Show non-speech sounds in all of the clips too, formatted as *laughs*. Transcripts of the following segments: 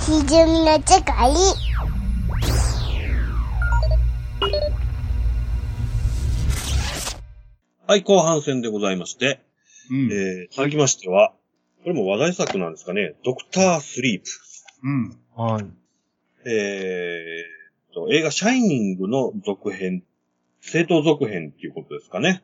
基準の違いはい、後半戦でございまして、うん。えー、続きましては、これも話題作なんですかね、ドクタースリープ。うん。はい。えーと、映画シャイニングの続編、正当続編っていうことですかね。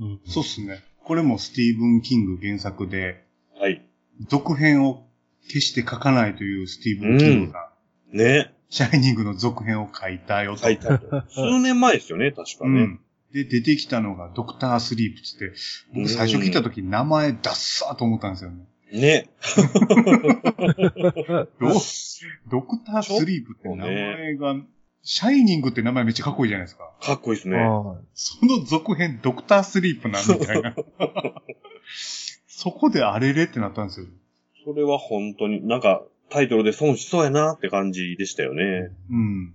うん。そうっすね。これもスティーブン・キング原作で、はい。続編を決して書かないというスティーブン・キングが、ね。シャイニングの続編を書いたよと。書いたと。数年前ですよね、確かうね。ん。で、出てきたのがドクタースリープっつって、僕最初聞いた時名前ダッサーと思ったんですよね。ね。どうドクタースリープって名前が、シャイニングって名前めっちゃかっこいいじゃないですか。かっこいいですね。は。その続編ドクタースリープなんみたいな。そこであれれってなったんですよ。それは本当に、なんか、タイトルで損しそうやなって感じでしたよね。うん。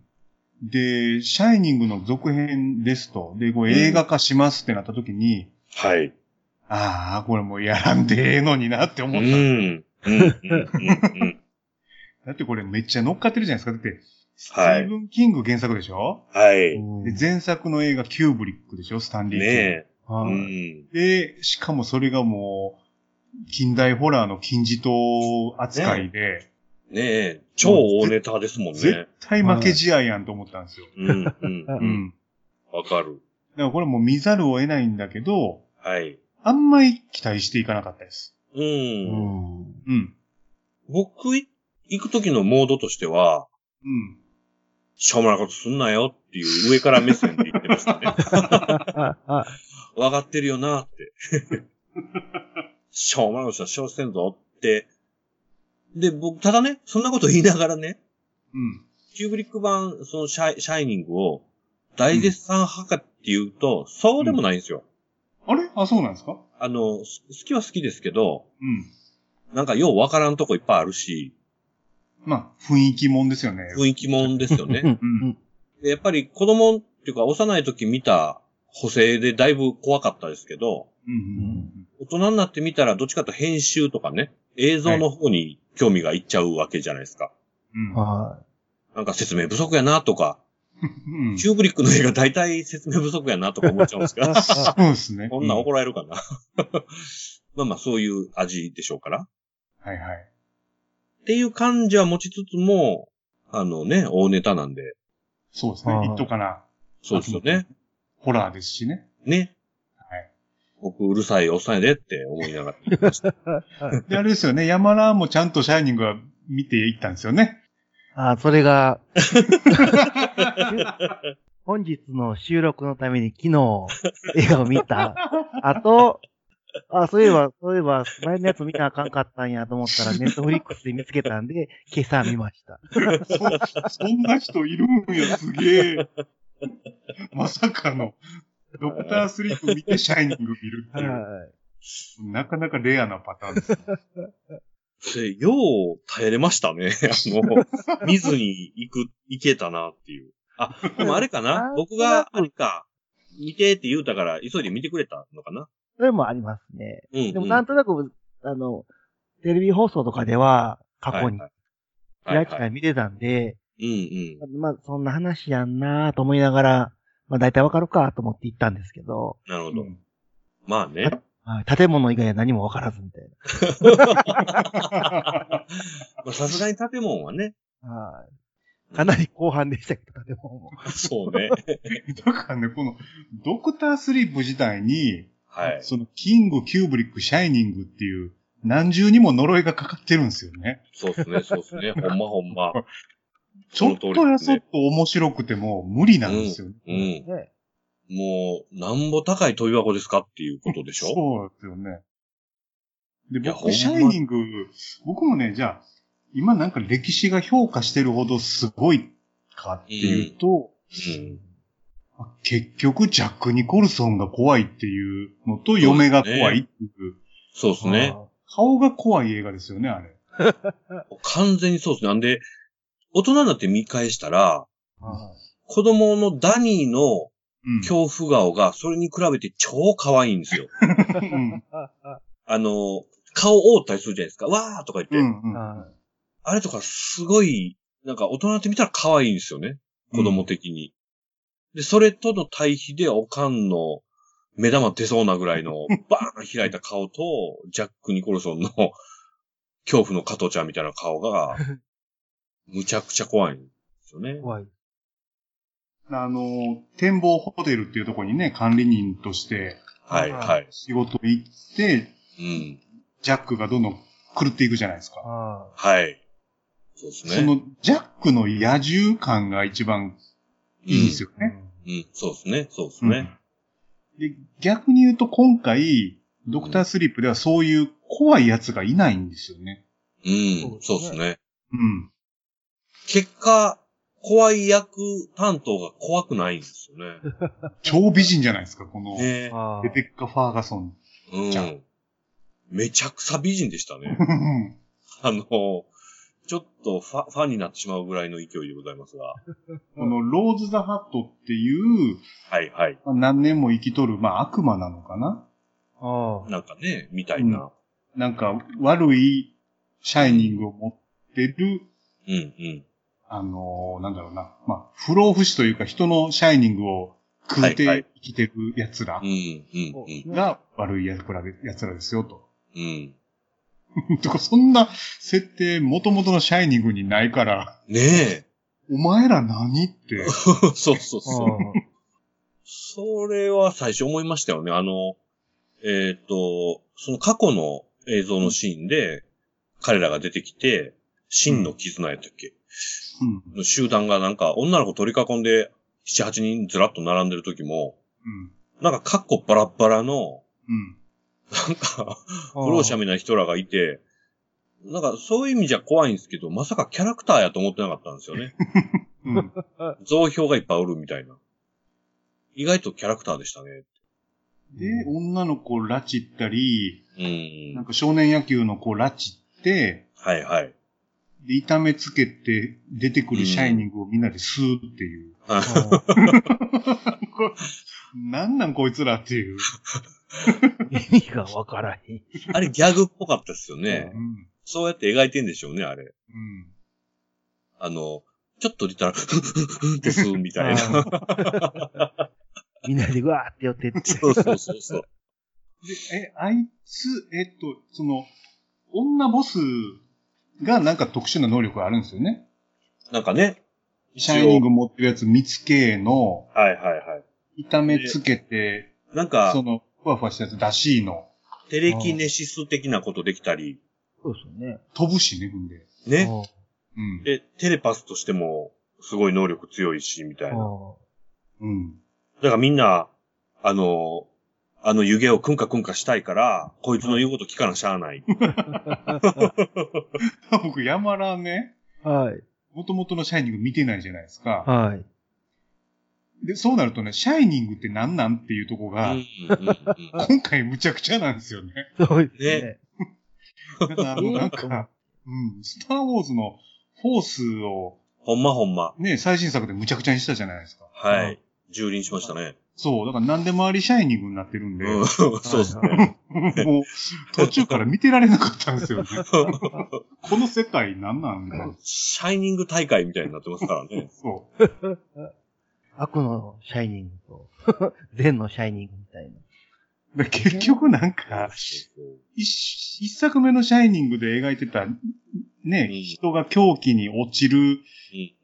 で、シャイニングの続編ですと、で、これ映画化しますってなった時に、はい。ああ、これもうやらんでええのになってう思った。ん。うん。うん。うん。だってこれめっちゃ乗っかってるじゃないですか。だって、ステはいィーブン・キング原作でしょ、はいい。うんで前作の映画キューブリックでしょスタンリー・キューブリックねえ。うはい。ん。で、しかもそれがもう、近代ホラーの金字塔扱いで、ねえ。超大ネタですもんね絶。対負け試合やんと思ったんですよ。うん。うん。はううんん。わかる。だからこれもう見ざるを得ないんだけど、はい。あんまり期待していかなかったです。う。うんん。うん。僕い、行く時のモードとしては、うん。しょうもないことすんなよっていう上から目線で言ってましたね。わかってるよなって。しょうもないことしたらしょうせんぞって。で、僕、ただね、そんなこと言いながらね、うん。キューブリック版、そのシャイ、シャイニングを大絶賛派かっていうと、そうでもないんですよ。あれあ、そうなんですかあの、す好きは好きですけど、うん。なんかようわからんとこいっぱいあるし、まあ、雰囲気もんですよね。雰囲気もんですよ *laughs* ね。うん。でやっぱり子供っていうか幼い時見た補正でだいぶ怖かったですけど、うん。うん。大人になってみたらどっちかというと編集とかね、映像の方に興味がいっちゃうわけじゃないですか。うん。はなんか説明不足やなとか、うんキューブリックの映画大体説明不足やなとか思っちゃうんです *laughs* けど、そうですね。こんなんうん怒られるかな。 *laughs* まあまあそういう味でしょうから。はいはい。っていう感じは持ちつつも、あのね、大ネタなんで、そうですねは。い一斗かな。そうですよね。ホラーですしね。ね。はい。僕うるさいおっさんやでって思いながら見てました。い。で、あれですよね。山田もちゃんとシャイニングは見ていったんですよね。 *laughs* *laughs* あ、それが、 *laughs* 本日の収録のために昨日映画を見た。あと、あ、そういえば、そういえば、前のやつ見なあかんかったんやと思ったら、ネットフリックスで見つけたんで、今朝見ました。そそんな人いるんや、すげえ。 *laughs* まさかの、ドクタースリープ見てシャイニング見るっていう、はい。なかなかレアなパターンです。で、よう耐えれましたね。 *laughs* あの、見ずに行く、行けたなっていう。あ、でもあれかな *laughs* あ僕が、あそうれか、見てって言うたから、急いで見てくれたのかなそれもありますね。うん、うん。でもなんとなく、あの、テレビ放送とかでは、過去に、はいはキいラはいキラ見てたんで、うんうん。まあ、そんな話やんなあと思いながら、まあ、大体わかるかと思って行ったんですけど、なるほうど。 *laughs* んまあね。はい建物以外は何もわからずみたいまあさすがに建物はね。な。はい。かなり後半でしたけど、建物も。そうね。 *laughs* だからね、この、ドクタースリープ自体に、はい。その、キング、キューブリック、シャイニングっていう、何重にも呪いがかかってるんですよね。そうですね、そうです *laughs* ね。ほんまほんま。ちょっとやそっと面白くても無理なんですよね。うん。ねもう、なんぼ高い問い箱ですかっていうことでしょそうですよね。で、いや僕、シほんャまイニング、僕もね、じゃあ、今なんか歴史が評価してるほどすごいかっていうと、うん。まあ結局、ジャック・ニコルソンが怖いっていうのと、嫁が怖いっていう、そうですね。顔が怖い映画ですよね、あれ。完全にそうですね。なんで、大人になって見返したら、子供のダニーのうん。恐怖顔が、それに比べて超可愛いんですよ。うん。あの、顔覆ったりするじゃないですか。わーとか言って。 *laughs* うん。うんはあれとかすごい、なんか大人って見たら可愛いんですよね。子供的に。で、それとの対比でおかんの目玉出そうなぐらいのバーン開いた顔と、ジャック・ニコルソンの恐怖の加藤ちゃんみたいな顔が、むちゃくちゃ怖いんですよね。怖い。あの、展望ホテルっていうところにね、管理人としてはい、はい。仕事行って、うん。ジャックがどんどん狂っていくじゃないですか。ああ。はい。そうですね。その、ジャックの野獣感が一番いいんですよね。うん。うん、そうですね。そうですね。うんで、逆に言うと今回、ドクタースリープではそういう怖いやつがいないんですよね。うん、そそううでですすねね。うん。結果、怖い役担当が怖くないんですよね。超美人じゃないですか、この、ねああレベッカ・ファーガソン。うじゃん。めちゃくちゃ美人でしたねう。んあの、ちょっとファファンになってしまうぐらいの勢いでございますが。この、ローズ・ザ・ハットっていう、はいはい。まあ何年も生きとる、まあ悪魔なのかなああ。なんかね、みたいな。なんか悪いシャイニングを持ってる、うんうん。あのーなんだろうな。まあ、不老不死というか人のシャイニングを食うはいはてい生きてる奴らうんうんそうですねが悪い奴らで奴らですよと。 *laughs* うん。うん。とか、そんな設定元々のシャイニングにないから、ねえ。 *laughs* お前ら何って。そうそうあそう。それは最初思いましたよね。あの、えっ、と、その過去の映像のシーンで、彼らが出てきて、真の絆やったっけ、うん。の集団がなんか女の子取り囲んで、7、8人ずらっと並んでる時も、うん。なんかカッコバラッバラの、うん。なんか、あ不老者みたいな人らがいて、なんかそういう意味じゃ怖いんですけど、まさかキャラクターやと思ってなかったんですよね。うん、造票がいっぱいおるみたいな。意外とキャラクターでしたね。で、女の子拉致ったり、うなんん。か少年野球の子拉致って、はいはい。で、痛めつけて出てくるシャイニングをみんなで吸うっていはう。いああ *laughs* なんなんこいつらっていう。意味がわからへん。 *laughs* あれギャグっぽかったですよね。うん。そうやって描いてんでしょうね、あれ。うん。あの、ちょっと出たら、ふふふふです、みたいな。ああみんなでわーって寄ってって。 *laughs* そうそうそうそう。で、え、あいつ、えっと、その、女ボスがなんか特殊な能力があるんですよね。なんかね。シャイニング持ってるやつ見つけの、はいはいはい。痛めつけて、なんかそ、の、ふわふわしたやつ出しの、テレキネシス的なことできたり、そうですよね。飛ぶしね、踏んで。ね。あうん。で、テレパスとしても、すごい能力強いし、みたいあな。うん。だ *laughs* からみんな、あの、あの湯気をくんかくんかしたいから、こいつの言うこと聞かなしゃあない。僕、山らね、はい。元々のシャイニング見てないじゃないですか。はい。で、そうなるとね、シャイニングって何なんっていうとこうが、んうんうん今回むちゃくちゃなんですよね。そうですね。だからあの、えーなんか、うん、スターウォーズのフォースをほんまほんま。ね、最新作でむちゃくちゃにしたじゃないですか。はい。蹂躙しましたね。そう、だから何でもありシャイニングになってるんで、うん、 *laughs* そうですね。もう途中から見てられなかったんですよね。この世界何なんみたいな。シャイニング大会みたいになってますから *laughs* ね。そう。悪のシャイニングと、 *laughs* 善のシャイニングみたいな。で結局なんか、一一作目のシャイニングで描いてた、ね、うん人が狂気に落ちる、うん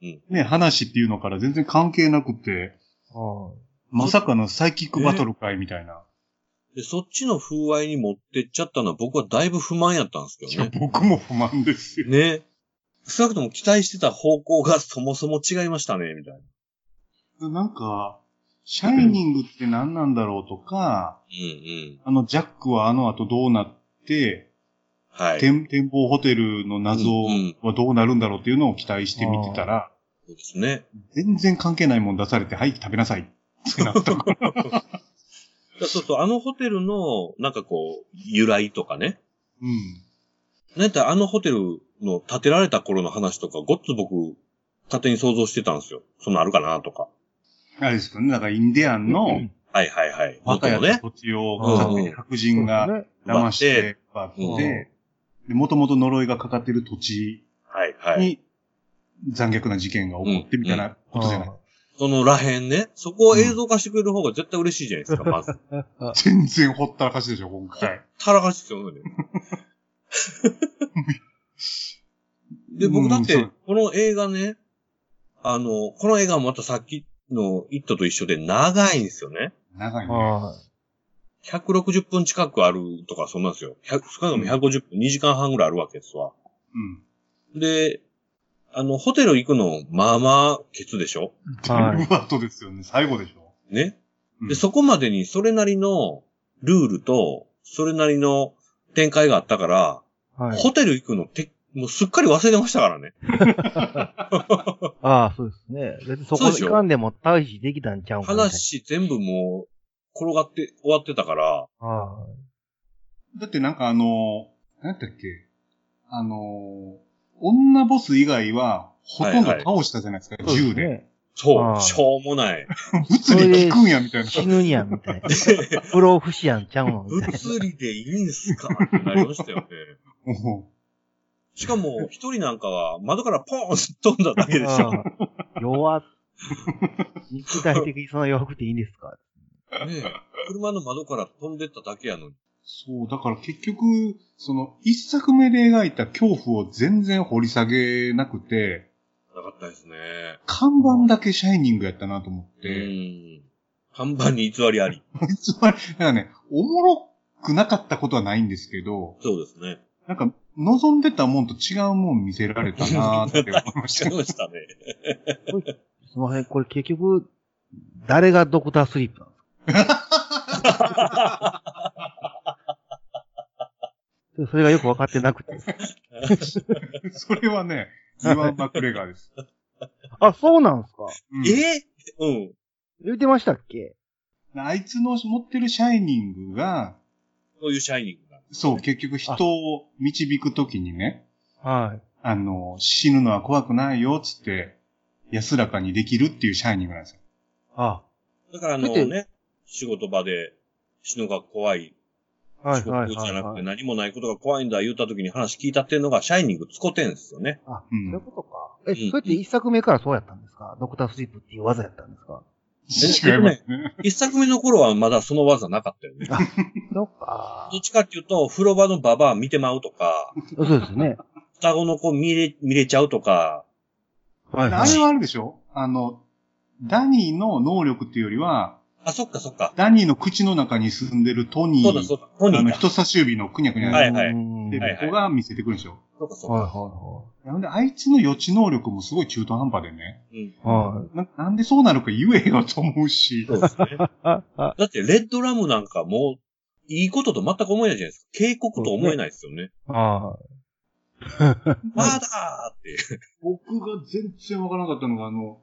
うん。ね、話っていうのから全然関係なくて、あまさかのサイキックバトル会みたいな。で、そっちの風合いに持ってっちゃったのは僕はだいぶ不満やったんですいけどやね、。僕も不満ですよ。ね。少なくとも期待してた方向がそもそも違いましたね、みたいな。なんか、シャイニングって何なんだろうとか、うんうん。あの、ジャックはあの後どうなって、はい。そ展展望ホテルの謎うんはどうなるんだろうっていうのを期待して見てたら、うですね。全然関係ないもん出されて、はい、食べなさいってなっ *laughs* たから。だそうそう、あのホテルの、なんかこう、由来とかね。うん。なんかあのホテルの建てられた頃の話とか、ごっつ僕、勝手に想像してたんですよ。そんなんあるかなとか。あれですよね、だからインディアンのはいはいはい。若い元のね。土地をうん勝手に白人がね。騙して、奪っうんて、もともと呪いがかかってる土地はいはい。に残虐な事件が起こってみたいなことじゃない。そのらへんね、そこを映像化してくれる方が絶対嬉しいじゃないですか、まず。全然ほったらかしでしょ、今回。たらかしですよね。で、僕だっうんてそう、この映画ね、あの、この映画もまたさっきのイットと一緒で長いんですよね。長いね。は160分近くあるとか、そんなんですよ。100少なくとも150分、2時間半ぐらいあるわけですわ。うん。で、あの、ホテル行くの、まあまあ、ケツでしょはいルバートですよね、最後でしょ。ね。うんで、そこまでにそれなりのルールと、それなりの展開があったから、い。はい。ホテル行くのて、もうすっかり忘れてましたからね。ああ、そうですね。別にそこそうでしょ行かんでも退避できたんちゃうんかみたいな。話全部もう、転がって、終わってたから、はだってなんかあの、なんだっけ、あの、女ボス以外は、ほとんどはいはい倒したじゃないですか、い。銃そで。うすねそあう、あしょうもない。物理効くんや、みたいな。 *laughs* 死ぬんや、みたいな。不老不死やんちゃうの、みたいな。物理でいいんすかってなりましたよね。もしかも、一人なんかは窓からポーンすっ飛んだだ *laughs* けでしょ。ああ弱っ。肉体的にそんな弱くていいんですかねえ車の窓から飛んでっただけやのに。うそう、だから結局、その、一作目で描いた恐怖を全然掘り下げなくて、なかったですね。看板だけシャイニングやったなと思っうて、ん。看板に偽りあり。 *laughs* つまり、なんかね、おもろくなかったことはないんですけど、そうですね。なんか、望んでたもんと違うもん見せられたなーって思いまし違 *laughs* たい。ましたね。すいません、これ結局、誰がドクタースリープなんですかそれそれがよく分かってなくて。それはね、イワン・マクレガーです。あ、そうなんですかうんえうん。言ってましたっけあいつの持ってるシャイニングが、そういうシャイニングが。そう、結局人を導くときにね、はい。あの、死ぬのは怖くないよ、つって、安らかにできるっていうシャイニングなんですよ。あ、だからあのね、仕事場で死ぬのが怖い。はい仕は事いはじい、ゃなくはてい。何もないことが怖いんだ言った時に話聞いたってんのがシャイニングつこてんですよね。あ、うそうんいうことか。え、うんそれって一作目からそうやったんですかドクタースリープっていう技やったんですか違いますね。一作目の頃はまだその技なかったよね。そっかどっ。ちかっていうと、風呂場のババア見てまうとか、そうですよね。双子の子見れ、見れちゃうとか、はいあはい。れはあるでしょあの、ダニーの能力っていうよりは、あ、そっかそっか。ダニーの口の中に住んでるトニー、そうだそうだ、ポニあーのだ。そ人差し指のくにゃくにゃはいはいうんではいはいる子が見せてくるでしょ。うかそうはいか。はほんで、あいつの予知能力もすごい中途半端でね。うん。い。はい。ななんでそうなるか言えよと思うしそ。うですね。あ、あ、だって、レッドラムなんかもう、いいことと全く思えないじゃないですか。警告と思えないですよね。あまだーって。僕が全然わからなかったのが、あの、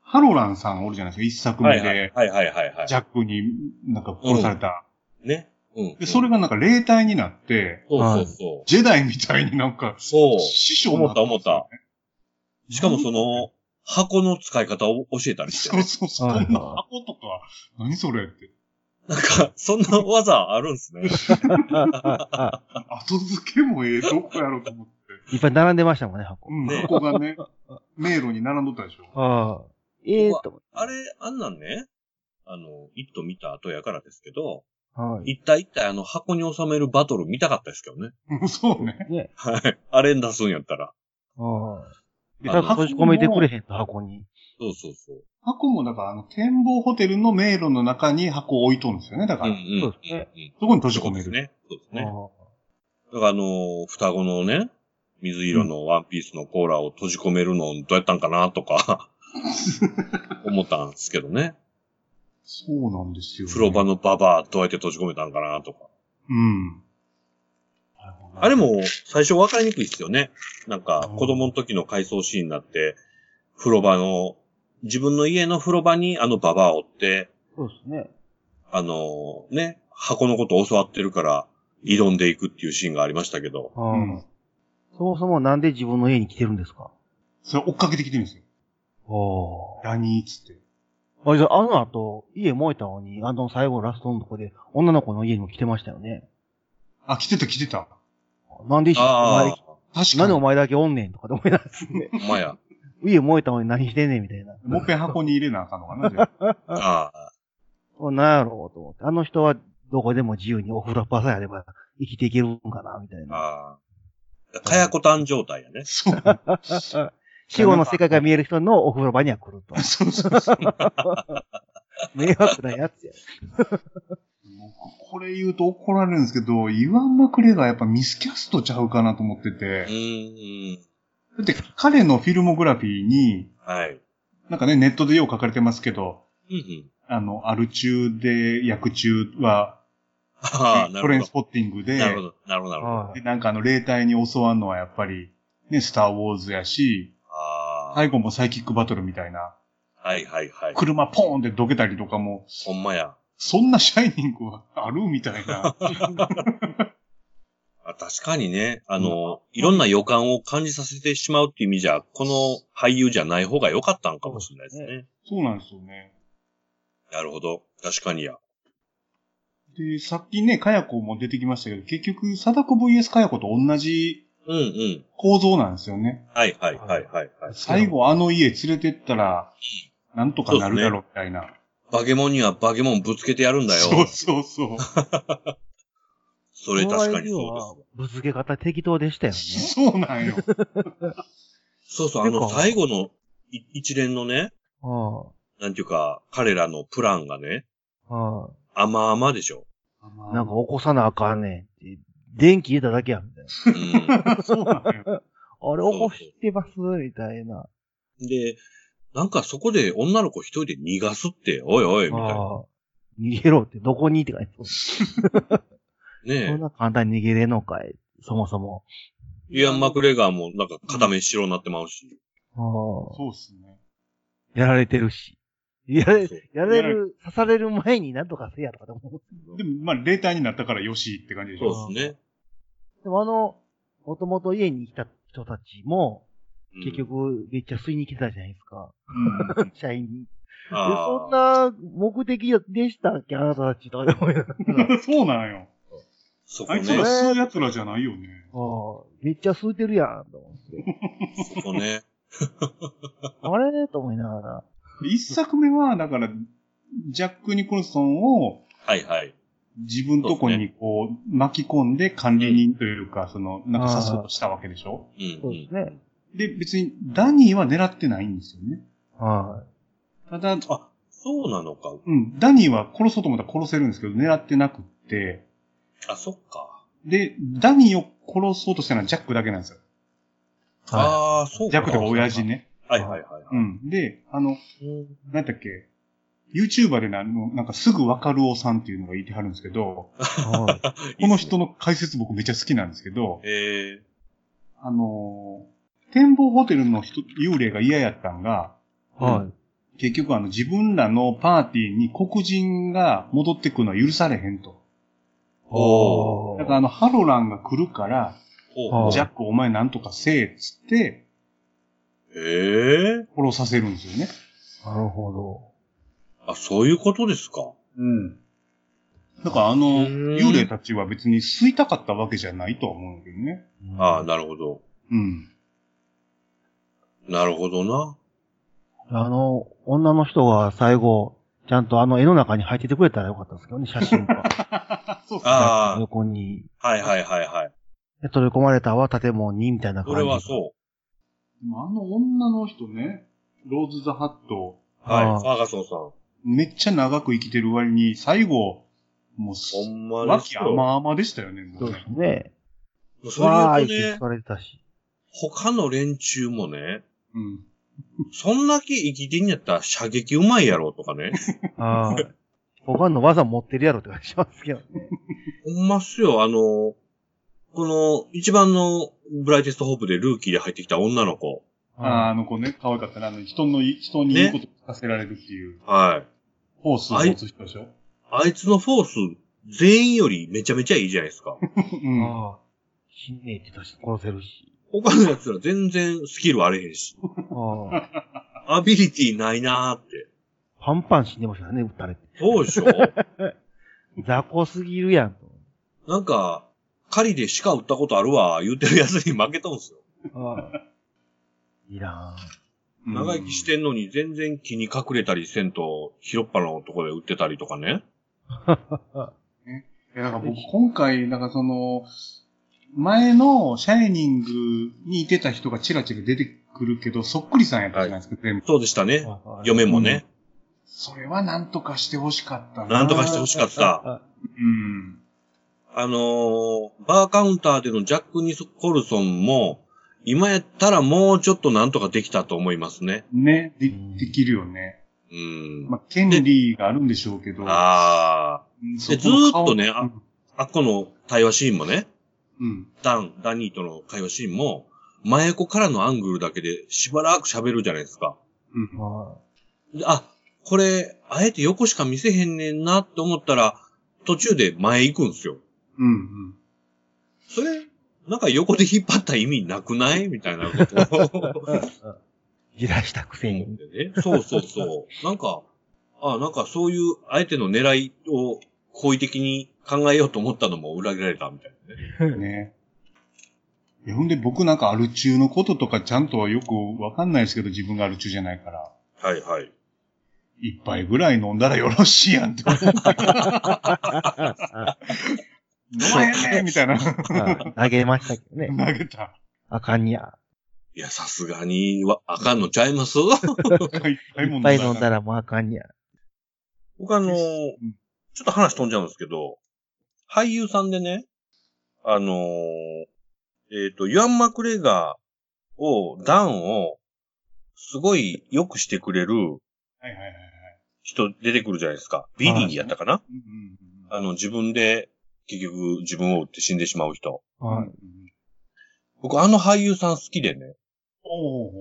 ハロランさんおるじゃないですか、一作は目いはいで、はいはいはいはい。ジャックになんか殺された。ね。うん。で、それがなんか霊体になって、そうそうそジェダイみたいになんかう。、そう。師匠にな思った思っしかもその、箱の使い方を教えたたんりですしよて、ね。ね。そうそうそう。はいこんな箱とか、何それって。なんか、そんな技あるんすね。あ。後付けもええどこやろうと思って。いっぱい並んでましたもんね、箱。うん、ね箱がね、迷路に並んどったで *laughs* しょ。ああ。ええと思っあれ、あんなんね、あの、一頭見た後やからですけど、て。はい。一体一体あの箱に収めるバトル見たかったですけどね。うん *laughs* そうね。ね。はい。あれ出すんやったら。ああ。でただ箱も閉じ込めてくれへんと、箱に。そうそうそう。箱もだから、あの、展望ホテルの迷路の中に箱を置いとるんですよね。だかうんら、うんうん。そうですねうん。そこに閉じ込めそうでする。ね。そうですあね。だからあのー双子のね、水色のワンピースのコーラを閉じ込めるのどうやったんかなと *laughs* か、思ったんですけどね。そうなんですよ、風呂場。のババアどうやって閉じ込めたんかなとか。うん。あれ、も最初分かりにくいっすよね。なんか子供の時の回想シーンになって、風呂場の、自分の家の風呂場にあのババアおって、そうですね。あのーね、箱のこと教わってるから挑んでいくっていうシーンがありましたけど。あうんあ。そもそもなんで自分の家に来てるんですかそれ追っかけてきてるんですよ。あダニーっつって。あ。あ、じゃあ、あの後、家燃えたのに、あの最後ラストのとこで、女の子の家にも来てましたよね。あ、来てた来てた。なんで一緒にああ、確なんでかおに。前だけおんねんとかで思いながらです *laughs* ね。ほんまや。家燃えたのに何してんねんみたいな。もっぺん箱に入れなあかんのかな、じゃ *laughs* あ。ああ。おなんやろうと思って。あの人はどこでも自由にお風呂場さえあれば生きていけるんかなみたいな。ああ。かやこたん状態やね。そう。。死後の世界が見える人のお風呂場には来るとそうそうそう。 *laughs* 迷惑な *laughs* やつや。僕、これ言うと怒られるんですけど、言わんまくれがやっぱミスキャストちゃうかなと思ってうて。ーん。だって彼のフィルモグラフィーに、はい。なんかね、ネットでよう書かれてますけど、うんうん。あの、アル中で、薬中は、 *laughs* ああ、 *laughs* なトレイるンスほポッティングど。でな、るほど。なるほど。なるほど。はでい。なんかあの、霊体に襲わんのはやっぱり、ね、スターウォーズやし、ああ。最後もサイキックバトルみたいな、はいはいはい。車ポーンってどけたりとかも、ほんまや。そんなシャイニングはあるみた *laughs* いな。あ確かにね、あの、いろんな予感を感じさせてしまうっていう意味じゃ、この俳優じゃない方が良かったんかもしれないですね。そうなんですよね。なるほど。確かにや。で、さっきね、かやこも出てきましたけど、結局、貞子 VS かやこと同じうんうん。構造なんですよね。はいはいはいはい、はい。最後あの家連れてったら、なんとかなるだろうみたいな。バゲモンにはバゲモンぶつけてやるんだよ。そうそうそう。それ確かにそうでぶつけ方適当でしたよね。そうなんよ。す。そうそう、あてのか最後のい一連のね、はなんていうか、彼らのプランがね、あ、は甘々でしょ。あ、なんか起こさなあかんねんって。電気入れただけやん、みたいな。うん。 *laughs* そうなんよ。あれ起こしてますみたいな。で、なんかそこで女の子一人で逃がすって、おいおい、みたいな。ああ逃げろってどこにって感じ。ねそんな簡単に逃げれんのかいそもそも。イアン・マクレガーもなんか片目白になってまうし。あそうっすね。あやられてるし。やられそう、やられる、刺される前になんとかせやとかと思う。でも、まあ、霊体になったからよしって感じでしょ。そうですね。でもあの、もともと家に来た人たちも、うん結、局めっちゃ吸いに来てたじゃないですか。うん社員に。でそんああ、な目的でしたっけあなたたちとか思いなが *laughs* らそうなん *laughs* よ。そこあいね、つら吸う奴らじゃないよね。ああめっちゃ吸うてるやん、と思って。そこね。あれと思いながら。一作目は、だから、ジャック・ニコルソンをはいはい。自分とこにこう巻き込んで管理人というか、その、なんかさそうとしたわけでしょうん、うん。そうですね。で、別にダニーは狙ってないんですよね。はただ、あ、そうなのか。うん、ダニーは殺そうと思ったら殺せるんですけど、狙ってなくって、あ、そっか。で、ダニーを殺そうとしたのはジャックだけなんですよ。い。あはあ、そうか。ジャックとか親父ね。はいはいはい。はういん。で、あの、うんなんだっけ、YouTuber でな、あのなんかすぐわかるおさんっていうのが言ってはるんですけど、い。はいこの人の解説僕めっちゃ好きなんですけど、ええあのー、展望ホテルの人幽霊が嫌やったんが、はい。結局あの自分らのパーティーに黒人が戻ってくるのは許されへんと。おだからあの、ハロランが来るから、ほうはいジャックお前なんとかせえっつって、ええ殺させるんですよね。なるほど。あ、そういうことですか。うん。だからあの、うん幽霊たちは別に吸いたかったわけじゃないとは思うんだけどね。ああ、なるほど。うん。なるほどな。あの、女の人が最後、ちゃんとあの絵の中に入っててくれたらよかったんですけどね、写真が。そうっす *laughs* ねあ横に。あ、はいはいはいはい。で取り込まれたは建物に、みたいな感そじ。れはそう。でもあの女の人ね、ローズ・ザ・ハット、はい。ああファーガソンさん。めっちゃ長く生きてる割に、最後、もうす、ほんまわですきよあまあまでしたよね、もそううねですね。そうーいうい、と気ね、疲れてたし。他の連中もね、うん。そんだけ生きてんやったら射撃うまいやろとかね。 *laughs* ああ。他の技持ってるやろって感じしますけどね。ほんまっすよ、あの、この一番のブライテストホープでルーキーで入ってきた女の子。あーあの子ね、可愛かったな。あの人のい、人にいいことさせられるっていう、はい。フォースを持つ人でしょ。あいつのフォース全員よりめちゃめちゃいいじゃないですか。 *laughs* うん。ああ。死ねえって言ったし、殺せるし。他の奴ら全然スキルあれへんし。ああ。アビリティないなーって。パンパン死んでましたね、撃たれて。そうでしょ雑魚すぎるやんと。なんか、狩りで鹿打ったことあるわ、言ってるやつに負けたんですよ。いらん。長生きしてんのに全然木に隠れたりせんと、広っ端のとこで売ってたりとかね。いや、なんか僕、今回、なんかその、前のシャイニングにいてた人がチラチラ出てくるけど、そっくりさんやったじゃないですか、全部。そうでしたね。 *laughs* 嫁もね。それはなんとかしてほしかったなんとかしてほししかった。た。うん。あのーバーカウンターでのジャック・ニスコルソンも、今やったらもうちょっとなんとかできたと思いますね。ね、でできるよね。うん。まあ、権利があるんでしょうけど。あうんでそこの顔ずーっとねあうんあ。あっこの対話シーンもね、うん。ダン、ダニーとの会話シーンも、真横からのアングルだけでしばらく喋るじゃないですか。うん。まであ、これ、あえて横しか見せへんねんなって思ったら、途中で前行くんですよ。うん。うん。それ、なんか横で引っ張った意味なくないみたいなことを。あ、じらしたくせに。ね、そうそう *laughs* そう。なんか、あなんかそういう、あえての狙いを好意的に考えようと思ったのも裏切られたみたいなね。ね。いやほんで僕なんかアル中のこととかちゃんとはよくわかんないですけど、自分がアル中じゃないから。はいはい。一杯ぐらい飲んだらよろしいやん *laughs* って思う。飲まへんねみたいな。まあ投げましたけどね。投げた。あかんにゃ。いや、さすがに、わ、あかんのちゃい *laughs* ます一杯いっぱい飲んだら。らもうあかんにゃ。僕あのー、んちょっと話飛んじゃうんですけど、俳優さんでね、あのー、えっ、と、ユアン・マクレガーを、ダンを、すごい良くしてくれるはいはいはいはい。人出てくるじゃないですか。ビリーやったかなうんあの、自分で、結局自分を撃って死んでしまう人。うんうんはい。僕、あの俳優さん好きでね、おー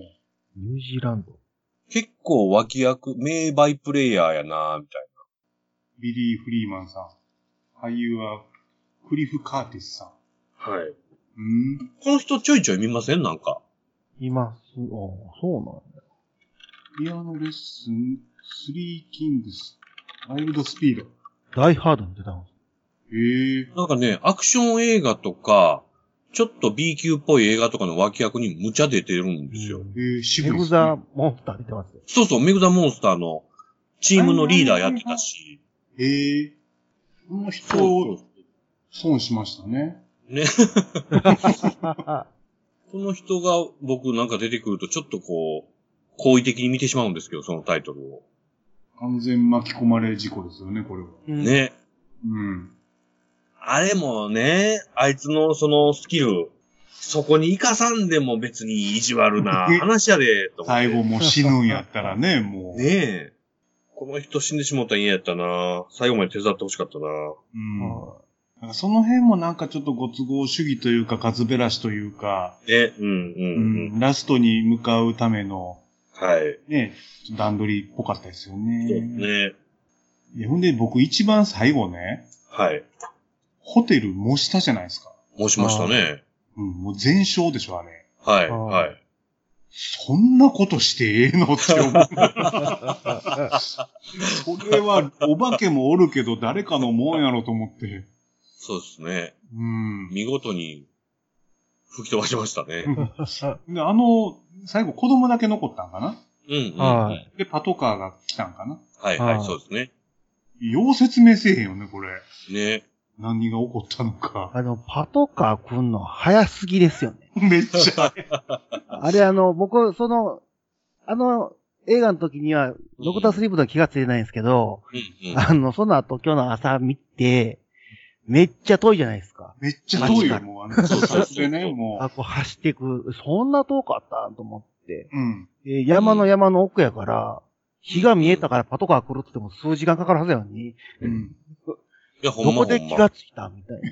ニュージーランド。結構脇役、名バイプレイヤーやなみたいビリー・フリーマンさん。俳優はクリフ・カーティスさん。な。はい。うん。この人ちょいちょい見ませんなんか。います。あそうピアノレッスン、スリー・キングス、ワイルド・スピード。なんや。ダイハードに出たんへえ。なんかね、アクション映画とか、ちょっと B 級っぽい映画とかの脇役に無茶出てるんですよ。えー、渋エいでグすねザモンスター出てますよ。そうそう、メグザモンスターのチームのリーダーやってたし。へえ。この人そうを損しましたね。この人が僕なんか出てくるとちょっとこう、好意的に見てしまうんですけど、そのタイトルを。完全巻き込まれ事故ですよね、これは。ね。ね。うん。あれもね、あいつのそのスキル、そこに生かさんでも別に意地悪な話やで、と思って最後もう死ぬんやったらね、 *laughs* もう。ねえ。この人死んでしもったら嫌やったな最後まで手伝ってほしかったなうん。なんかその辺もなんかちょっとご都合主義というか、カズベラシというか、ね、うんうんううん。ん、ラストに向かうための、はい。ね、ちょっと段取りっぽかったですよね。そうね。いやほんで僕一番最後ね、はい。ホテル模したじゃないですか。申しましたね。うん、もう全勝でしょ、あれ。はい、あーはい。そんなことしてええのって思う。 *laughs* これは、お化けもおるけど、誰かのもんやろと思って。そうですね。うん。で見事に吹き飛ばしましたね。あの、最後子供だけ残ったんかなうん、うん。ははいい。で、パトカーが来たんかなはい、あーそうですね。よう説明せえへんよね、これ。ね。 *laughs* 何が起こったのか。あの、パトカー来んの早すぎですよね。めっちゃ。あれあの、僕、その、あの、映画の時には、ドクタースリープとは気がついてないんですけど、うん、うん。あの、その後今日の朝見て、めっちゃ遠いじゃないですか。めっちゃ遠いマジかよ、もう。あの、そうそうそでね、もあ、こう走っていく。そんな遠かったと思って。う。うん。えー山の山の奥やから、日が見えたからパトカー来るって言っても数時間かかるはずやのに、うん。いや、ほんどまほこでん気ま。がついたみたいな。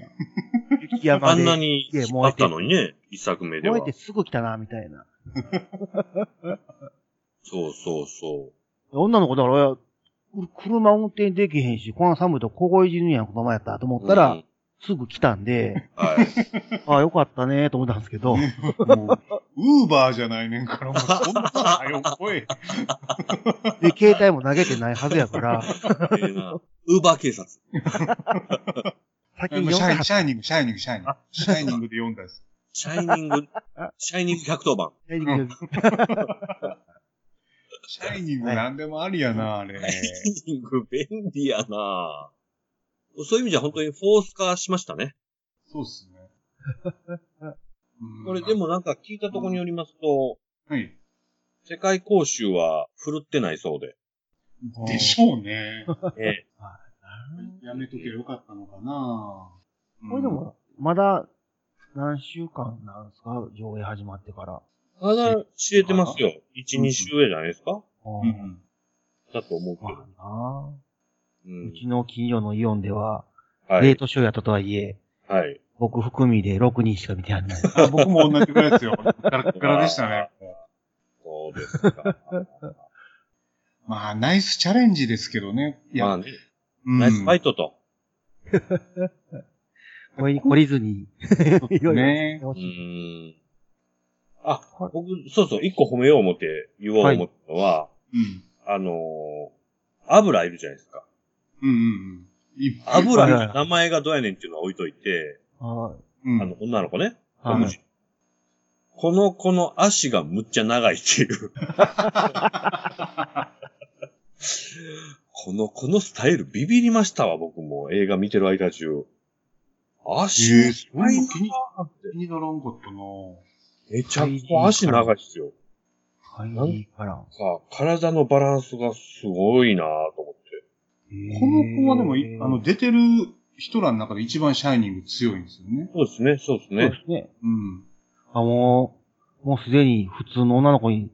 *laughs* 雪山あで。んなに引っ張ったのにね、一作目で燃はえ。てすぐ来たな、みたいな。そうそうそ女の子だから、車運転できへんし、こんな寒いと凍え死ぬやん、この前やったらと思う。ったら、うんすぐ来たんで、 *laughs* はい。ああ、よかったね、と思ったんです *laughs* けど、もう、ウーバーじゃないねんから、もう、そんな早く来い。で、携帯も投げてないはずやから、ええなウーバー警察。先あにのシ読んャだはイずシャイニング、シャイニング、シャイニング。シャイニングで読んだんです。シャイニング、シャイニング110番。大丈夫うですシャイニングなんでもありやな、あれ。シャイニング便利やなそういう意味じゃ本当にフォース化しましたね。そうっすね。うんこれで、もなんか聞いたところによりますと、はい。世界講習は振るってないそうで。でしょうね。えやめとけばよかったのかな。これでも、まだ何週間なんですか上映始まってから。えまだ知れてますよ。1、うん2週上じゃないですかううんん。だと思うけまど。あなう。あうんちの近所のイオンでは、はレーい。トショーやったとはいえ、はい。僕含みで6人しか見てや *laughs* んない。あ僕も同じぐらいですよ。ガラッガラでしたね。そうですか。まあ、ナイスチャレンジですけどね。いや、まあね、うんナイスファイトと。これに懲りずに、いろいろやってほうしい。ん。あ、僕、そうそう、一個褒めよう思って言おう思ったのは、うん。あのー、油いるじゃないですか。うんうんうん。油はいはいの名前がどうやねんっていうのは置いといて、はうんあの、女の子ね。いはい小口この子の足がむっちゃ長いってい *laughs* う。この子のスタイルビビりましたわ、僕も。映画見てる間中。足、えー、そんな気に長く気にならんかったなてめちゃくちゃ足長いっすよ。はい。いいから。こさあ体のバランスがすごいなぁと思って。この子はでもい、あの、、出てる人らの中で一番シャイニング強いんですよね。そうですね、そうですそうでね。すね。うん。あ、もう、もうすでに普通の女の子に、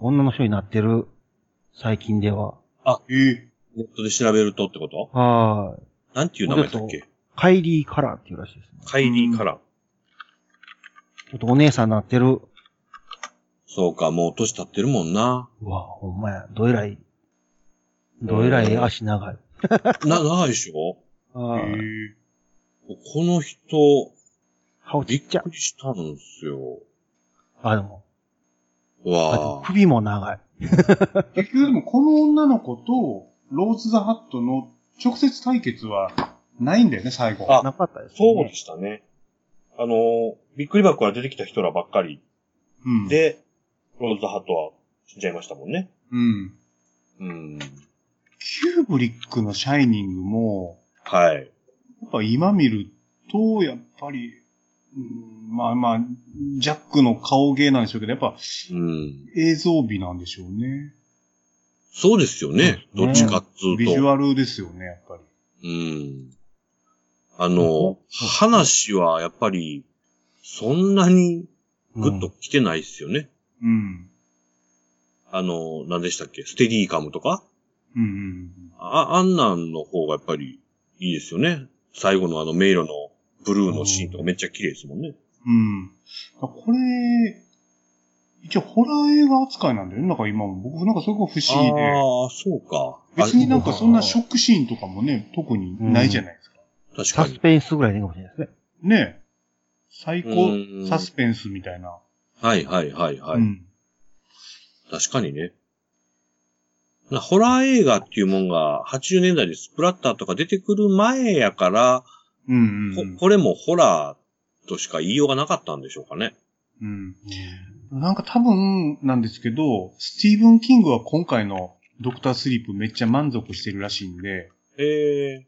女の人になってる、最近では。えー、ネットで調べるとってことはい。なんていう名前だっけカイリーカラーっていうらしいですね。カイリーカラー。ちょっとお姉さんになってる。そうか、もう年経ってるもん *laughs* な。うわ、ほんまや。どえらい。どえらい足長い。な、長いでしょえはいー、この人、顔ちびっっちゃく。りしたんですよ。あ、でも。あわとあ。首も長い。結局でもこの女の子とローズ・ザ・ハットの直接対決はないんだよね、最後。あなかったですね。そうでしたね。あのー、びっくり箱から出てきた人らばっかりうん、で、ローズハットは死んじゃいましたもんね。うん。うん。キューブリックのシャイニングも、はい。やっぱ今見ると、やっぱり、うん、まあまあ、ジャックの顔芸なんでしょうけど、やっぱうん。映像美なんでしょうね。そうですよね。うんどっちかっつうビジュと。アルですよね、やっぱり。うん。あのー、話はやっぱり、そんなにグッと来てないっすよね。うん。あのー、何でしたっけステディーカムとかうんうんあ、あんなんの方がやっぱりいいですよね。最後のあの迷路のブルーのシーンとかめっちゃ綺麗ですもんね。うん。うん。これ、一応ホラー映画扱いなんだよね。なんか今も僕なんかそこが不思議で。ああ、そうか。別になんあかそんなショックシーンとかもね、特にないじゃないですか。確サかスに。ペンスぐらいでいいかもしれないですね。ねえ最うん高サスペンスみたいな。はいはいはいはい。うん。確かにね。なホラー映画っていうもんが80年代でスプラッターとか出てくる前やから、うんうんうこん。これもホラーとしか言いようがなかったんでしょうかね。うん。なんか多分なんですけど、スティーブン・キングは今回のドクタースリープめっちゃ満足してるらしいんで、ええ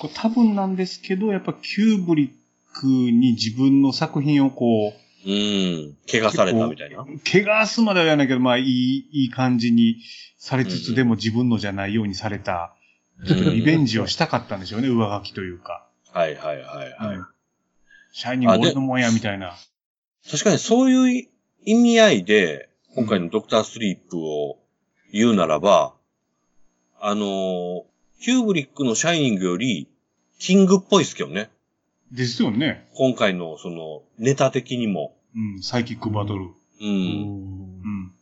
これ多分なんですけど、やっぱキューブリックに自分の作品をこう、うん。怪我されたみたいな。怪我すまでは言わないけど、まあいい、いい感じにされつうんうつんでも自分のじゃないようにされた、ちょっとリベンジをしたかったんでしょうね、上書きというか。はいはいはいはい。シャイニング俺のもんや、みたいな。確かにそういう意味合いで、今回のドクタースリープを言うならば、あのーキューブリックのシャイニングより、キングっぽいっすけどね。ですよね。今回のその、ネタ的にも。うん、サイキックバトル。うん。うん。うん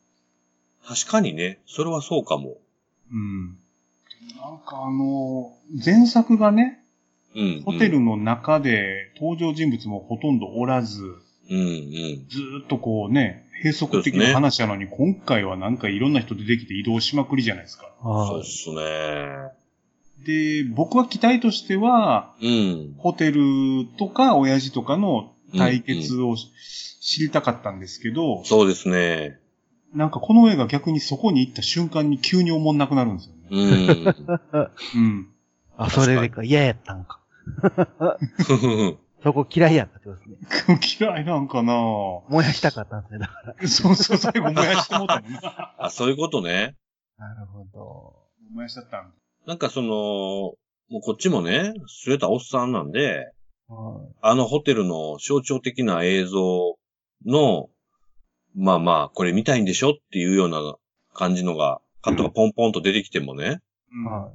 確かにね、それはそうかも。うん。なんかあの、前作がね、うん。ホテルの中で登場人物もほとんどおらず、うんうん。ずーっとこうね、閉塞的な話なのに、今回はなんかいろんな人出てきて移動しまくりじゃないですか。はそうっいすね。で、僕は期待としては、うん。ホテルとか親父とかの対決をし知りたかったんですけど、そうですね。なんかこの映画逆にそこに行った瞬間に急に思んなくなるんですよね。 *laughs* うん。うん。あ、それでか、嫌やったんか。そこ嫌いやったってことですね。嫌いなんか *laughs* なぁ燃やしたかったんですね。だかそう *laughs* そう、最後燃やしてもうたもんな。あ、そういうことね。らなるほど。燃やしちゃったんなんかその、もうこっちもね、すれたおっさんなんで、うんあのホテルの象徴的な映像の、まあまあ、これ見たいんでしょっていうような感じのが、カットがポンポンと出てきてもね、だ。はい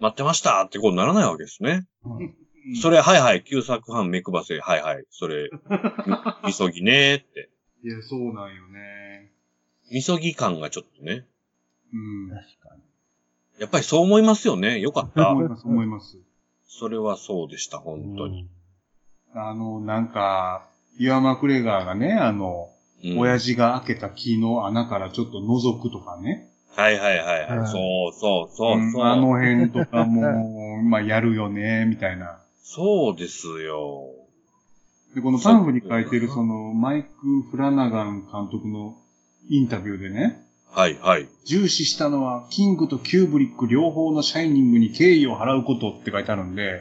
待ってましたってことにならないわけですね。うんうん。それ。れ、はいはい、旧作版目配せ、はいはい、それ、 *laughs* み急ぎねーって。いや、そうなんよね。みそぎ感がちょっとね。うん。確かに。やっぱりそう思いますよね。よかった。思います、思います。それはそうでした、本当に。あの、なんか、イワマクレガーがね、あの、うん親父が開けた木の穴からちょっと覗くとかね。はいはいはいはうい。んそうそうそううんあそう。の辺とかも、まあ、やるよね、みたいな。そうですよ。で、このパンフに書いてる、その、マイク・フラナガン監督のインタビューでね、はいはい。重視したのは、キングとキューブリック両方のシャイニングに敬意を払うことって書いてあるんで、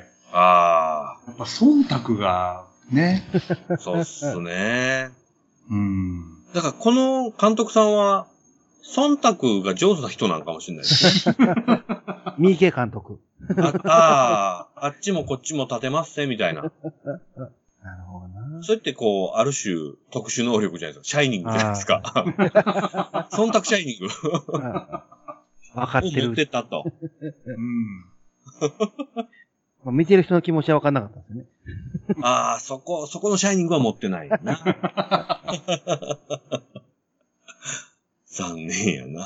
あやっぱ忖度が、ね。あ、そうっすね。うん。だからこの監督さんは、忖度が上手な人なのかもしれないですね。三池監督。ああー、あっちもこっちも立てますね、みたいな。なるほどな。それってこう、ある種特殊能力じゃないですか。シャイニングじゃないですか。 *laughs* 忖度シャイニング分かっをて持るって。たと。うん。まあ見てる人の気持ちは分かんなかったですね。ああ、そこ、そこのシャイニングは持ってない *laughs* な。残念やな。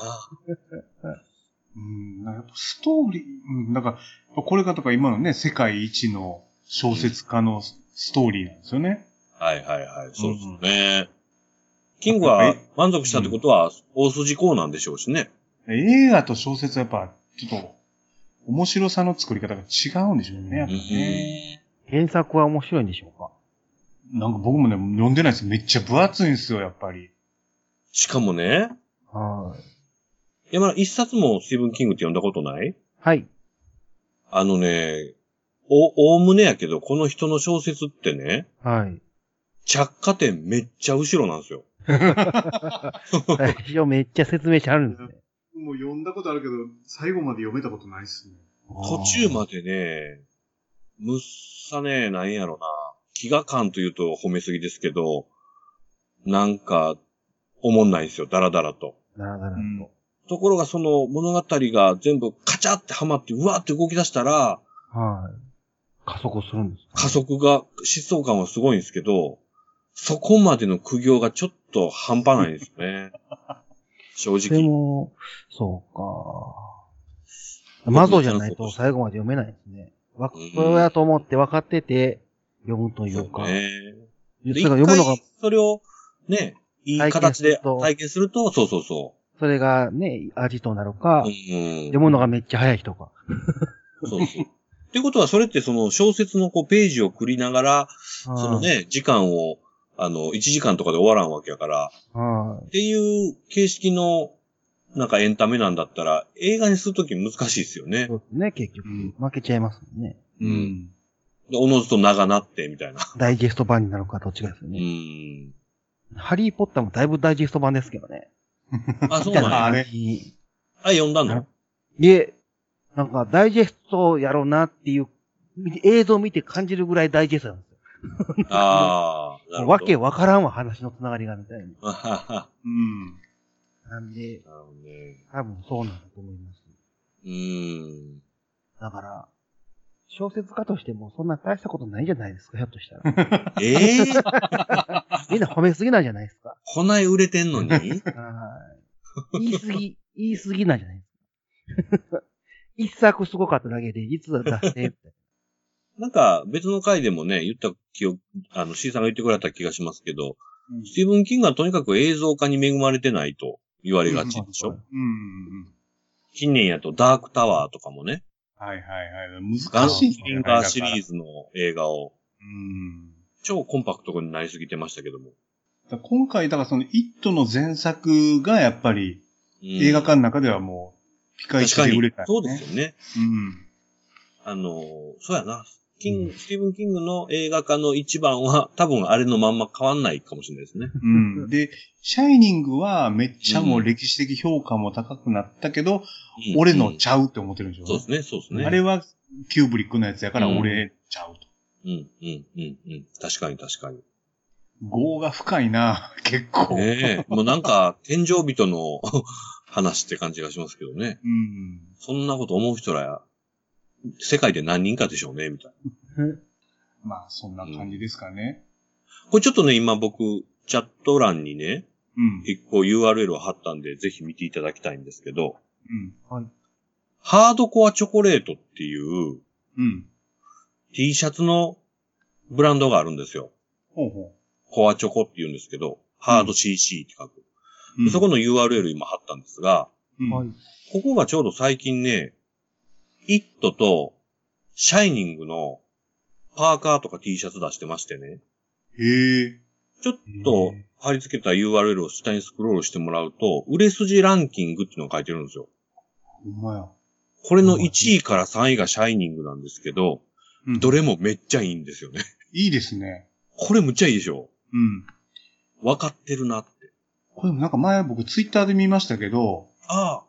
うん、なんかやっぱストーリー、うん、なんか、これがとか今のね、世界一の小説家のストーリーなんですよね。はいはいはい。そうですね。キングはやっぱ満足したってことは、大筋こうなんでしょうしね。映画と小説はやっぱ、ちょっと、面白さの作り方が違うんでしょうね、やっぱね。原作は面白いんでしょうかなんか僕もね、読んでないですめっちゃ分厚いんですよ、やっぱり。しかもね、はい。山田一冊もスティーブン・キングって読んだことないはい。あのね、お、おおむねやけど、この人の小説ってね、 *laughs* はい。着火点めっちゃ後ろなんですよ。最初めっちゃ説明書あるんですね。もう読んだことあるけど、最後まで読めたことないっすね。途中までね、むっさね、なんやろな。飢餓感というと褒めすぎですけど、なんか、おもんないんですよ、ダラダラと。なるほどなるほところがその物語が全部カチャってはまって、うわーって動き出したら、ど。はい。加速するんですか加速が、疾走感はすごいんですけど、そこまでの苦行がちょっと半端ないんですよね。正で直。も、そうか。マゾじゃないと最後まで読めないですね。わ、こうんれだと思って分かってて、読むといそううか。かね。そでれ一が回読むのが、それを、ね、いい形で体体験すると、そうそうそそれがね、味となるか、う。うん読むのがめっちゃ早い人か。そうそう。ってことは、それってその小説のこうページを繰りながら、そその。ね、時間を、あの、1時間とかで終わらんわけやから、はっていう形式の、なんかエンタメなんだったら、映画にするとき難しいですよい。ねそ。うですね、結う局。ん。負けちゃいますもんね。ううんん。でおのずと長なって、みたいな。ダイジェスト版になるかどっちかですようね。ん。ハリーポッターもだいぶダイジェスト版ですけどね。あ、そうなんや。ああ、れい読んだのえ、なんかダイジェストやろうなっていう、見て映像見て感じるぐらいダイジェストなんですよ。ああ、なるほど。わ *laughs* けわからんわ、話のつながりがみたいに。あははうん。なんで、なるほどね。多分そうなんだと思います。うん。だから、小説家としてもそんな大したことないじゃないですか、ひょっとした *laughs* ら。ええー、みんな褒めすぎなんじゃないですか。こない売れてんのにはい。言い過ぎ、言い過ぎなんじゃないですか。一作すごかっただけで、実は出してって、なんか、別の回でもね、言った記憶、あの、C さんが言ってくれた気がしますけど、うんスティーブン・キングはとにかく映像化に恵まれてないと言われがちでしょ、うんうん。近年やとダークタワーとかもね、はいはいはい。ガ難ンしいシですね。ンガーシ入リりーズの映画を、方がうん。超コンパクトになりすぎてましたけども。だから今回、だからその、イットの前作がやっぱり、うん映画館の中ではもう、ピカイチ確かでに売れた、ね。そうですよね。うん。あの、そうやな。キング、スティーブン・キングの映画化の一番は、多分あれのまんま変わんないかもしれないですね。うん。で、シャイニングはめっちゃもう歴史的評価も高くなったけど、うん俺のちゃうって思ってるんでしょそうですね、そうですね。あれはキューブリックのやつやから俺ちゃうと。うん、うん、うん、うん。確かに確かに。業が深いな、 *laughs* 結構。ねえ。もうなんか、天井人の *laughs* 話って感じがしますけどね。うん。そんなこと思う人ら、世界で何人かでしょうね、みたいな。まあ、そんな感じですかね。これちょっとね、今僕、チャット欄にね、うん。一個 URL を貼ったんで、ぜひ見ていただきたいんですけど、うん。ハードコアチョコレートっていううん。 T シャツのブランドがあるんですよ。ほうほコアチョコって言うんですけど、ハード CC って書く。う。うん、そこの URL 今貼ったんですが、うん、はい。ここがちょうど最近ね、イットとシャイニングのパーカーとか T シャツ出してましてね、へえ。ちょっと貼り付けた URL を下にスクロールしてもらうと、売れ筋ランキングっていうのが書いてるんですよ。ほんまや。これの1位から3位がシャイニングなんですけど、うんどれもめっちゃいいんですよね。いいですね。これむっちゃいいでしょうん。わかってるなって。これもなんか前僕ツイッターで見ましたけど、あ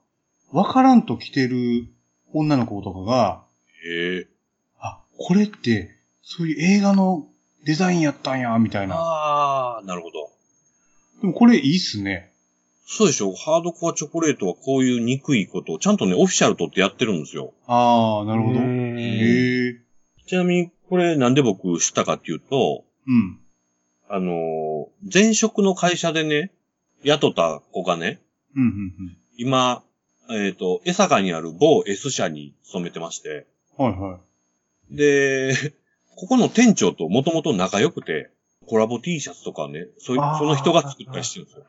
あ。わからんと着てる女の子とかが、へえ。あ、これって、そういう映画のデザインやったんや、みたいな。ああ、なるほど。でもこれいいっすね。そうでしょハードコアチョコレートはこういう憎いことをちゃんとね、オフィシャル取ってやってるんですよ。ああ、なるほど。へへーえ。ちなみに、これなんで僕知ったかっていうと、うん。あのー前職の会社でね、雇った子がね、うん、うん、今、えっ、と、江坂にある某 S 社に勤めてまして、うん。はい、はい。で、 *laughs* ここの店長ともともと仲良くて、コラボ T シャツとかね、そういあーその人が作ったりしてるんですよ。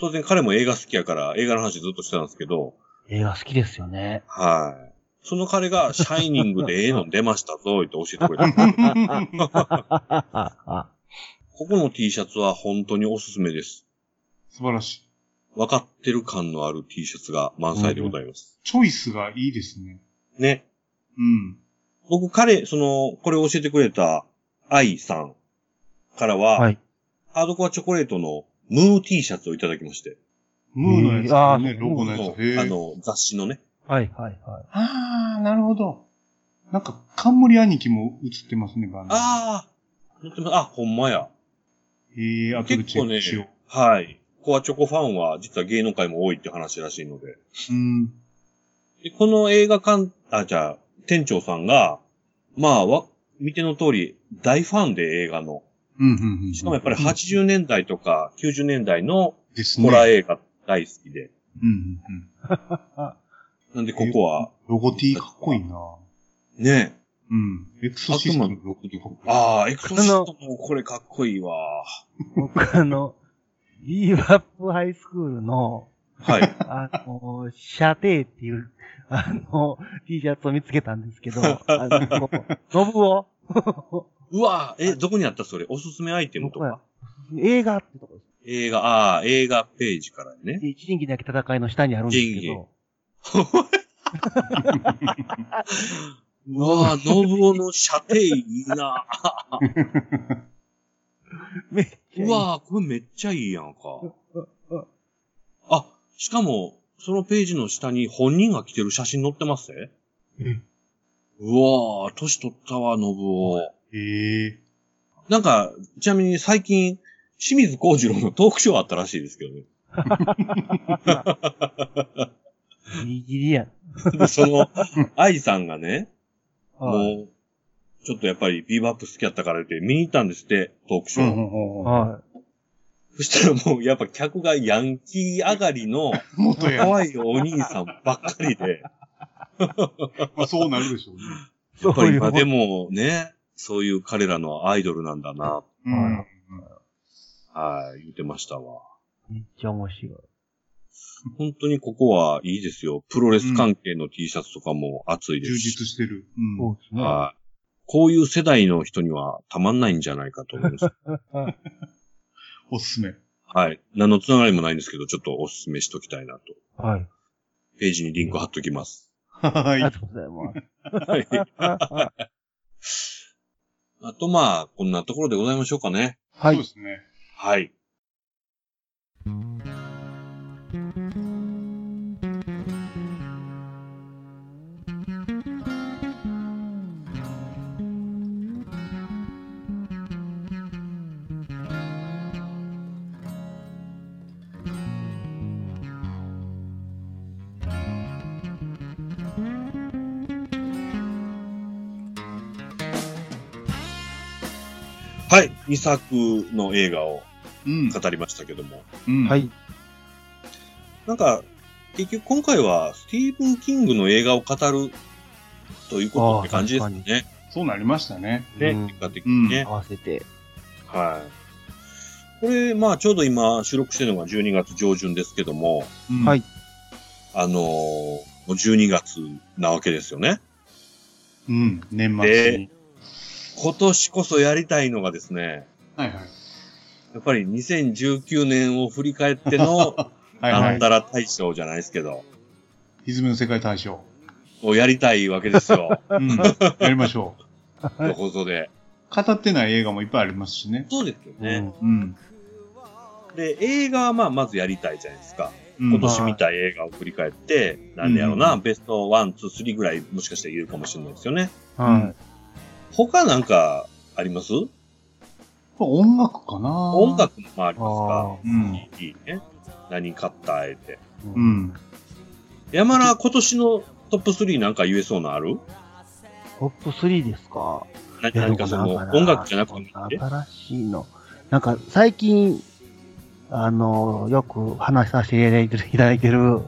当然彼も映画好きやから、映画の話ずっとしてたんですけど、映画好きですよね。はい。その彼が、シャイニングでええの出ましたぞ、って教えてくれた。 *laughs* あここの T シャツは本当におすすめです。素晴らしい。分かってる感のある T シャツが満載でございます。チョイスがいいですね。ね。うん。僕、彼、その、これを教えてくれた、アイさんからは、はいハードコアチョコレートのムー T シャツをいただきまして、ムーのやつへーあだーね、ロゴのやそつ。へうあーの、雑誌のね。はいはいはい。ああ、なるほど。なんか、冠兄貴も映ってますね、バンド。ああ載ってますあ、ほんまや。ええ、後で結チェ構ッねクしよう。、はい。コアチョコファンは、実は芸能界も多いって話らしいので。うん。で、この映画館、あ、じゃあ、店長さんが、まあ、わ、見ての通り、大ファンで映画の。うん、うん、うん。しかもやっぱりうん80年代とか90年代のですね。ホラー映画大好きで。うん、うん、うん。なんでここは、ロゴ T かっこいいなねうん。エクソシストのロゴ T かっこいい。ああ、エクソシストもこれかっこいいわ。僕あの、ビーバップハイスクールの、はい。あの、射程っていう、あの、T シャツを見つけたんですけど、あの、ノブを、 *laughs* うわーえ、どこにあったそれおすすめアイテムと僕はか。映画ってとこです。映画、ああ、映画ページからね。で一人気だけ戦いの下にあるんですけ仁ど、うわあ、ノブオの射程いい *laughs* な。めっちゃいいうわあ、これめっちゃいいやんか。あ、しかも、そのページの下に本人が着てる写真載ってますね。えうわぁ、年取ったわ、信夫。ええ。なんか、ちなみに最近、清水幸次郎のトークショーあったらしいですけどね。ギリギリやん。でその、愛さんがね、はいもう、ちょっとやっぱりビーバップ好きやったから言って見に行ったんですって、トークシうョんー。うんうんうんはそしたらもう、やっぱ客がヤンキー上がりの、元や。可愛いお兄さんばっかりで、まあそうなるでしょうね。い。やそっぱりういう今もんでもね、そういう彼らのアイドルなんだな、うはいん。はい、言ってましたわ。めっちゃ面白い。本当にここはいいですよ。プロレス関係の T シャツとかも熱いで充すし。実してる。そうですね。はい。こういう世代の人にはたまんないんじゃないかと思います。おすすめ。はい。何のつながりもないんですけど、ちょっとお勧めしときたいなと。はい。ページにリンク貼っときます。あはりいが。とうございます。 *laughs* はい。あとまあ、こんなところでございましょうかね。はそういで。すね。はい。はい。2作の映画をうん。語りましたけども。うん。は。い。なんか、結局今回はスティーブン・キングの映画を語るということって感じですね。ね。そうなりましたね。うん結果的にね。合わせて。はい。これ、まあ、ちょうど今、収録してるのが12月上旬ですけども、うんはい。あのーもう12月なわけですよね。うん。年末に。今年こそやりたいのがですね、はいはい。やっぱり2019年を振り返っての、はないんはたら大賞じゃないですけど、い。歪みの世界大賞。をやりたいわけですよ。うん。やりましょう。ということで。語ってない映画もいっぱいありますしね。そうですよね。うん。で、映画はまあ、まずやりたいじゃないですか。うん今年見た映画を振り返って、なんでやろうな、ベスト1、2、3ぐらいもしかしたら言えるかもしれないですよね。は他なんかありますまあ音楽かな音楽もありい。まあうん。すかいいね。何買ったあえて。ーう。ん。山田、今年のトップ3なんか言えそうなのあるトップ3ですか。何いや何かその、でもなんか音楽じゃなくてもいいんで新しいの。なんか最近、あの、よく話させていただいてる、いただいてる、はい。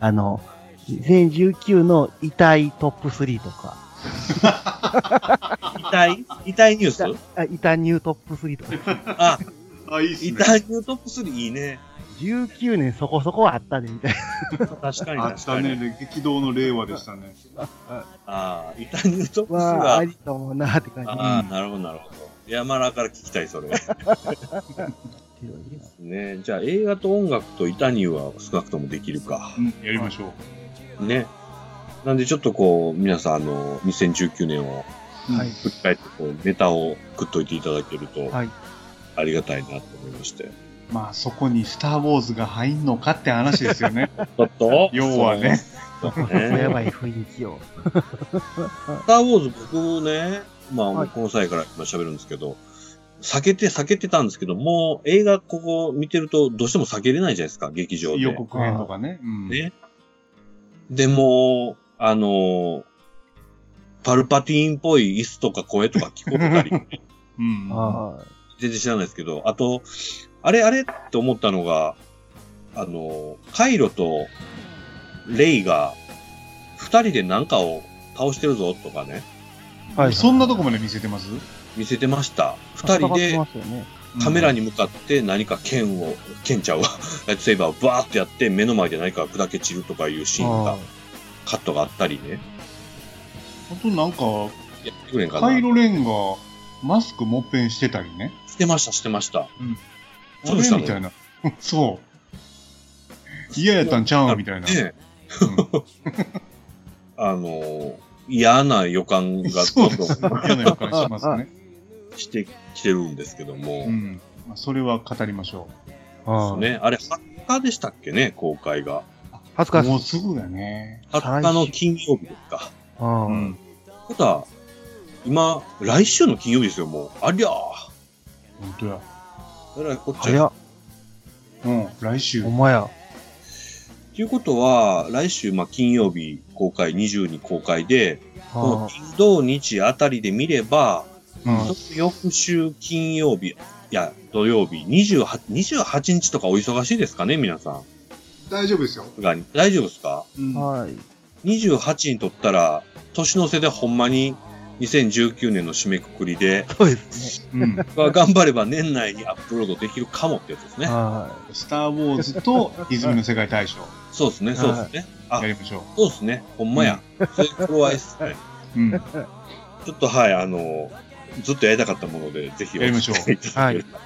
あの、2019の遺体トップ3とか、痛い痛いニュースあ遺体ニュートップ3と *laughs* か、あ、あ、いいっすね。痛いニュートップ3いいね。 19年そこそこあったでみたい確かに確かに。あったね。激動の令和でしたね。ああ、痛いニュートップ3な、ははありと思うなって感じでああ、なるほど、なるほど。山田から聞きたい、それ。すよね。ね、じゃあ映画と音楽と痛ニューは少なくともできるかう。ん。やりましょう。ね。なんでちょっとこう、皆さん、あの、2019年をはい振り返って、こう、ネタを食っといていただけると、はいありがたいなと思いま *laughs* して。まあ、そこにスター・ウォーズが入んのかって話です *laughs* よね。ちょっと要はね。そうねやばい雰囲気を。スター・ウォーズ、僕ね、まあ、はいこの際から今喋るんですけど、避けて避けてたんですけど、もう映画ここ見てるとどうしても避けれないじゃないですか、劇場で。予告編とかね。うん。ね。でも、あの、パルパティーンっぽい椅子とか声とか聞こえ *laughs* たり、うん。あ全然知らないですけど、あと、あれあれって思ったのが、あの、カイロとレイが二人で何かを倒してるぞとかね、あはいそんなとこまで見せてます見せてました。二人戦ってでますよねカメラに。に向かって何か剣を、剣ちゃうわ、 *laughs* ライトセイバーをバーってやって目の前で何か砕け散るとかいうシーンあが、カットがあったりね。本当なんか、やってくれんかな。カイロレンがマスクもっぺんしてたりね。してました、してました。うんそうでしたあれみたいな。 *laughs* そう。嫌やったんちゃうんみたいな。ねうあのー嫌な予感んがどそうんでどんす。嫌な予感し *laughs* ますね。してきてるんですけども、うん。まあそれは語りましょああね、あれ、20日でしたっけね、公開が。恥ずう。かしいもう。すぐだね。 20日の金曜日ですか。あうーん。ただ、今、来週の金曜日ですよ、もう。ありゃー。本当や。えらいこっち早ゃ。っ。うん。来週ほ。んまや。ということは、来週、まあ、金曜日公開、20に公開で、このあ金土日あたりで見れば、うん。翌週金曜日、いや、土曜日、28, 28日とかお忙しいですかね、皆さん。大丈夫ですよ。が大丈夫ですかうんあはい。 ?28 にとったら、年の瀬でほんまに2019年の締めくくりで、そうですね。うん。まあ頑張れば年内にアップロードできるかもってやつですね。はスター・ウォーズと泉の世界大賞そうですね、そうですね。あや、りましょそうですね。ほんまや。そ *laughs* れ頃合いっすね。う。うん。ちょっとはい、あの、ずっとやりたかったもので、ぜひやりましょうお付き合いいただければと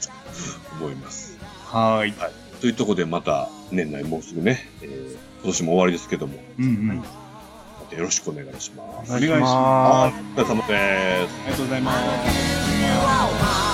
思います。はーい。というところでまた年内もうすぐね、えー今年も終わりですけども、うんうん。またよろしくお願いします。お願いいししま。ますお疲れ様です。ありがとうございます。い。